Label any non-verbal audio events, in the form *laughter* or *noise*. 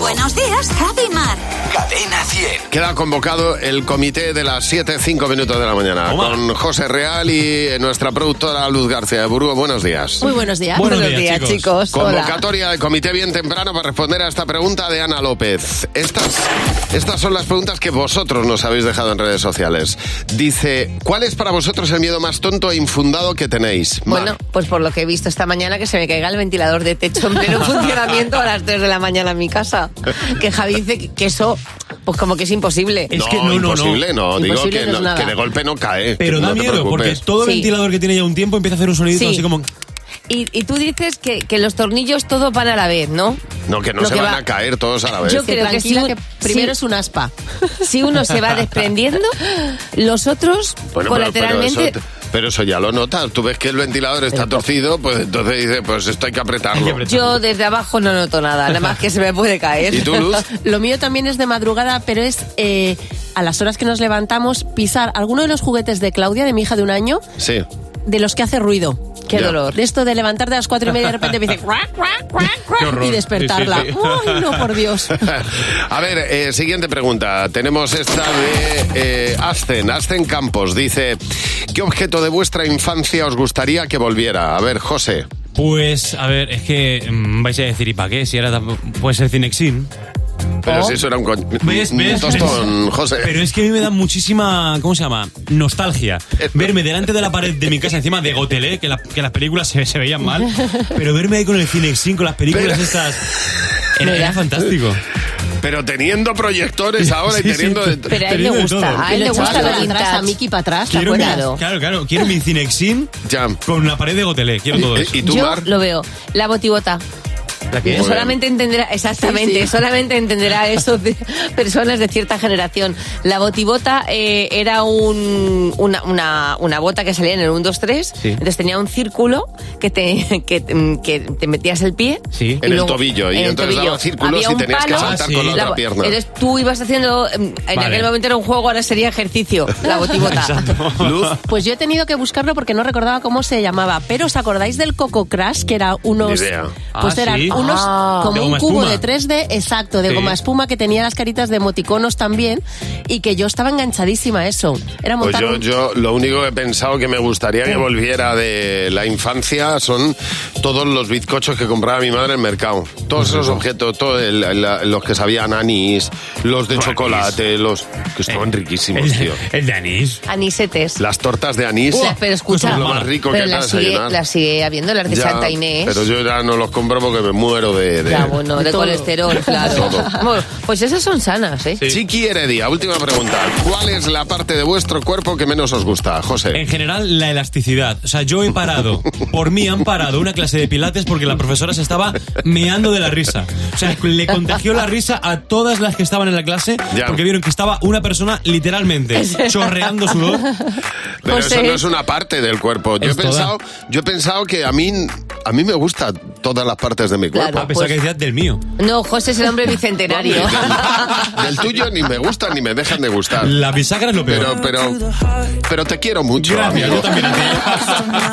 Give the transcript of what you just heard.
Buenos días, Javi Mar. Cadena 100. Queda convocado el comité de las 7, 5 minutos de la mañana Toma. con José Real y eh, nuestra productora Luz García de Burgos. Buenos días. Muy buenos días. Buenos Buenos días, días, chicos. chicos. Hola. Convocatoria del comité bien temprano para responder a esta pregunta de Ana López. Estas, estas son las preguntas que vosotros nos habéis dejado en redes sociales. Dice, ¿cuál es para vosotros el miedo más tonto e infundado que tenéis? Mar. Bueno, pues por lo que he visto esta mañana que se me caiga el ventilador de techo en pleno funcionamiento a las 3 de la mañana en mi casa. Que Javi dice que- que eso, pues como que es imposible. Es que no, no, no. imposible, no. Digo Imposible que, no es no- nada. que de golpe no cae. Pero que da no te miedo, porque preocupes. todo Sí. ventilador que tiene ya un tiempo empieza a hacer un sonido Sí. así como... Y, y tú dices que, que los tornillos todos van a la vez, ¿no? No, que no Lo se que van va- a caer todos a la vez. Yo creo que, si Tranquila, un- que primero sí. es un aspa. si uno se va desprendiendo, los otros Bueno, pero- colateralmente. Pero, eso, pero eso ya lo notas. Tú ves que el ventilador está torcido, pues entonces dices, pues esto hay que apretarlo. Hay que apretar. yo desde abajo no noto nada, nada más que se me puede caer. ¿Y tú, Luz? *laughs* Lo mío también es de madrugada, pero es eh, a las horas que nos levantamos pisar alguno de los juguetes de Claudia, de mi hija de un año, Sí. *laughs* de los que hace ruido. Qué Ya. dolor. De esto de levantarte a las cuatro y media y de repente me dice "Cuac, cuac, cuac, cuac", Qué horror. y despertarla. Sí, sí, sí. *laughs* ¡Ay, no, por Dios! A ver, eh, siguiente pregunta. Tenemos esta de eh, Ascen, Ascen Campos. Dice, ¿qué objeto de vuestra infancia os gustaría que volviera? A ver, José. Pues, a ver, es que mm, vais a decir, ¿y para qué? Si era tan- puede ser Cinexin. Pero si eso era un, co- Oh. ¿Ves? un ¿Ves? tostón, ¿Ves? José. Pero es que a mí me da muchísima, ¿cómo se llama? Nostalgia. Verme delante de la pared de mi casa, encima de Gotelé, que, la- que las películas se, se veían mal, pero verme ahí con el Cinexin, con las películas Pero- estas... Era, era fantástico. Pero teniendo proyectores ahora Sí, y sí, teniendo... sí. de- Pero a él le Teniendo de todo. gusta, a él Y le lo gusta echaban lo para atrás, vintage. a Mickey para atrás, ¿te Quiero mi, acuerdas? claro, claro, quiero mi Cinexin Ya. con la pared de Gotelé, quiero todo eso. ¿Y, y tú, Yo Mar? lo veo. La botibota. ¿La qué? Muy bien. solamente entenderá, exactamente, Sí, sí. solamente entenderá *laughs* eso de personas de cierta generación. La botibota eh, era un, una, una, una bota que salía en el 1, 2, 3. Sí. Entonces tenía un círculo que te, que, mm, que te metías el pie. Sí. En el tobillo, y entonces daba círculos Había y un tenías que palo, saltar con la bo- otra pierna. Entonces tú ibas haciendo, em, en Vale. aquel momento era un juego, ahora sería ejercicio, *laughs* la botibota. Luz. Pues yo he tenido que buscarlo porque no recordaba cómo se llamaba. Pero ¿os acordáis del Coco Crash? Que era unos. Ni idea. Pues Ah, eran sí. unos. Ah. De como un goma cubo espuma. de 3D, exacto, de Sí. goma espuma que tenía las caritas de emoticonos también. Y que yo estaba enganchadísima a eso. Era Pues montar. yo, un- yo lo único que he pensado que me gustaría que volviera de la infancia son todos los bizcochos que compraba mi madre en el mercado. Pues Todos esos objetos, todos el- la- los que sabían anís, los de Anís. chocolate, los que Eh, estaban riquísimos, tío. *laughs* El, el de anís. Anisetes. Las tortas de anís. La- pero escucha, es lo más rico que pero hay la para sigue, desayunar. la sigue habiendo, las de Ya, Santa Inés. Pero yo ya no los compro porque me muero de... de- Ya, bueno, de, De todo. colesterol, claro. Todo. Bueno, pues esas son sanas, ¿eh? Chiqui Heredia, última pregunta. ¿Cuál es la parte de vuestro cuerpo que menos os gusta, José? En general, la elasticidad. O sea, yo he parado, por mí han parado una clase de pilates porque la profesora se estaba meando de la risa. O sea, le contagió la risa a todas las que estaban en la clase Ya. porque vieron que estaba una persona literalmente chorreando sudor. Pero José. eso no es una parte del cuerpo. Yo he, Es toda. pensado, yo he pensado que a mí, a mí me gustan todas las partes de mi cuerpo. A pesar que decías del mío. No, José es el hombre bicentenario. Del tuyo ni me gustan ni me dejan de gustar. La bisagra es lo peor. Pero, pero, pero te quiero mucho, Gracias, amigo. yo también a ti.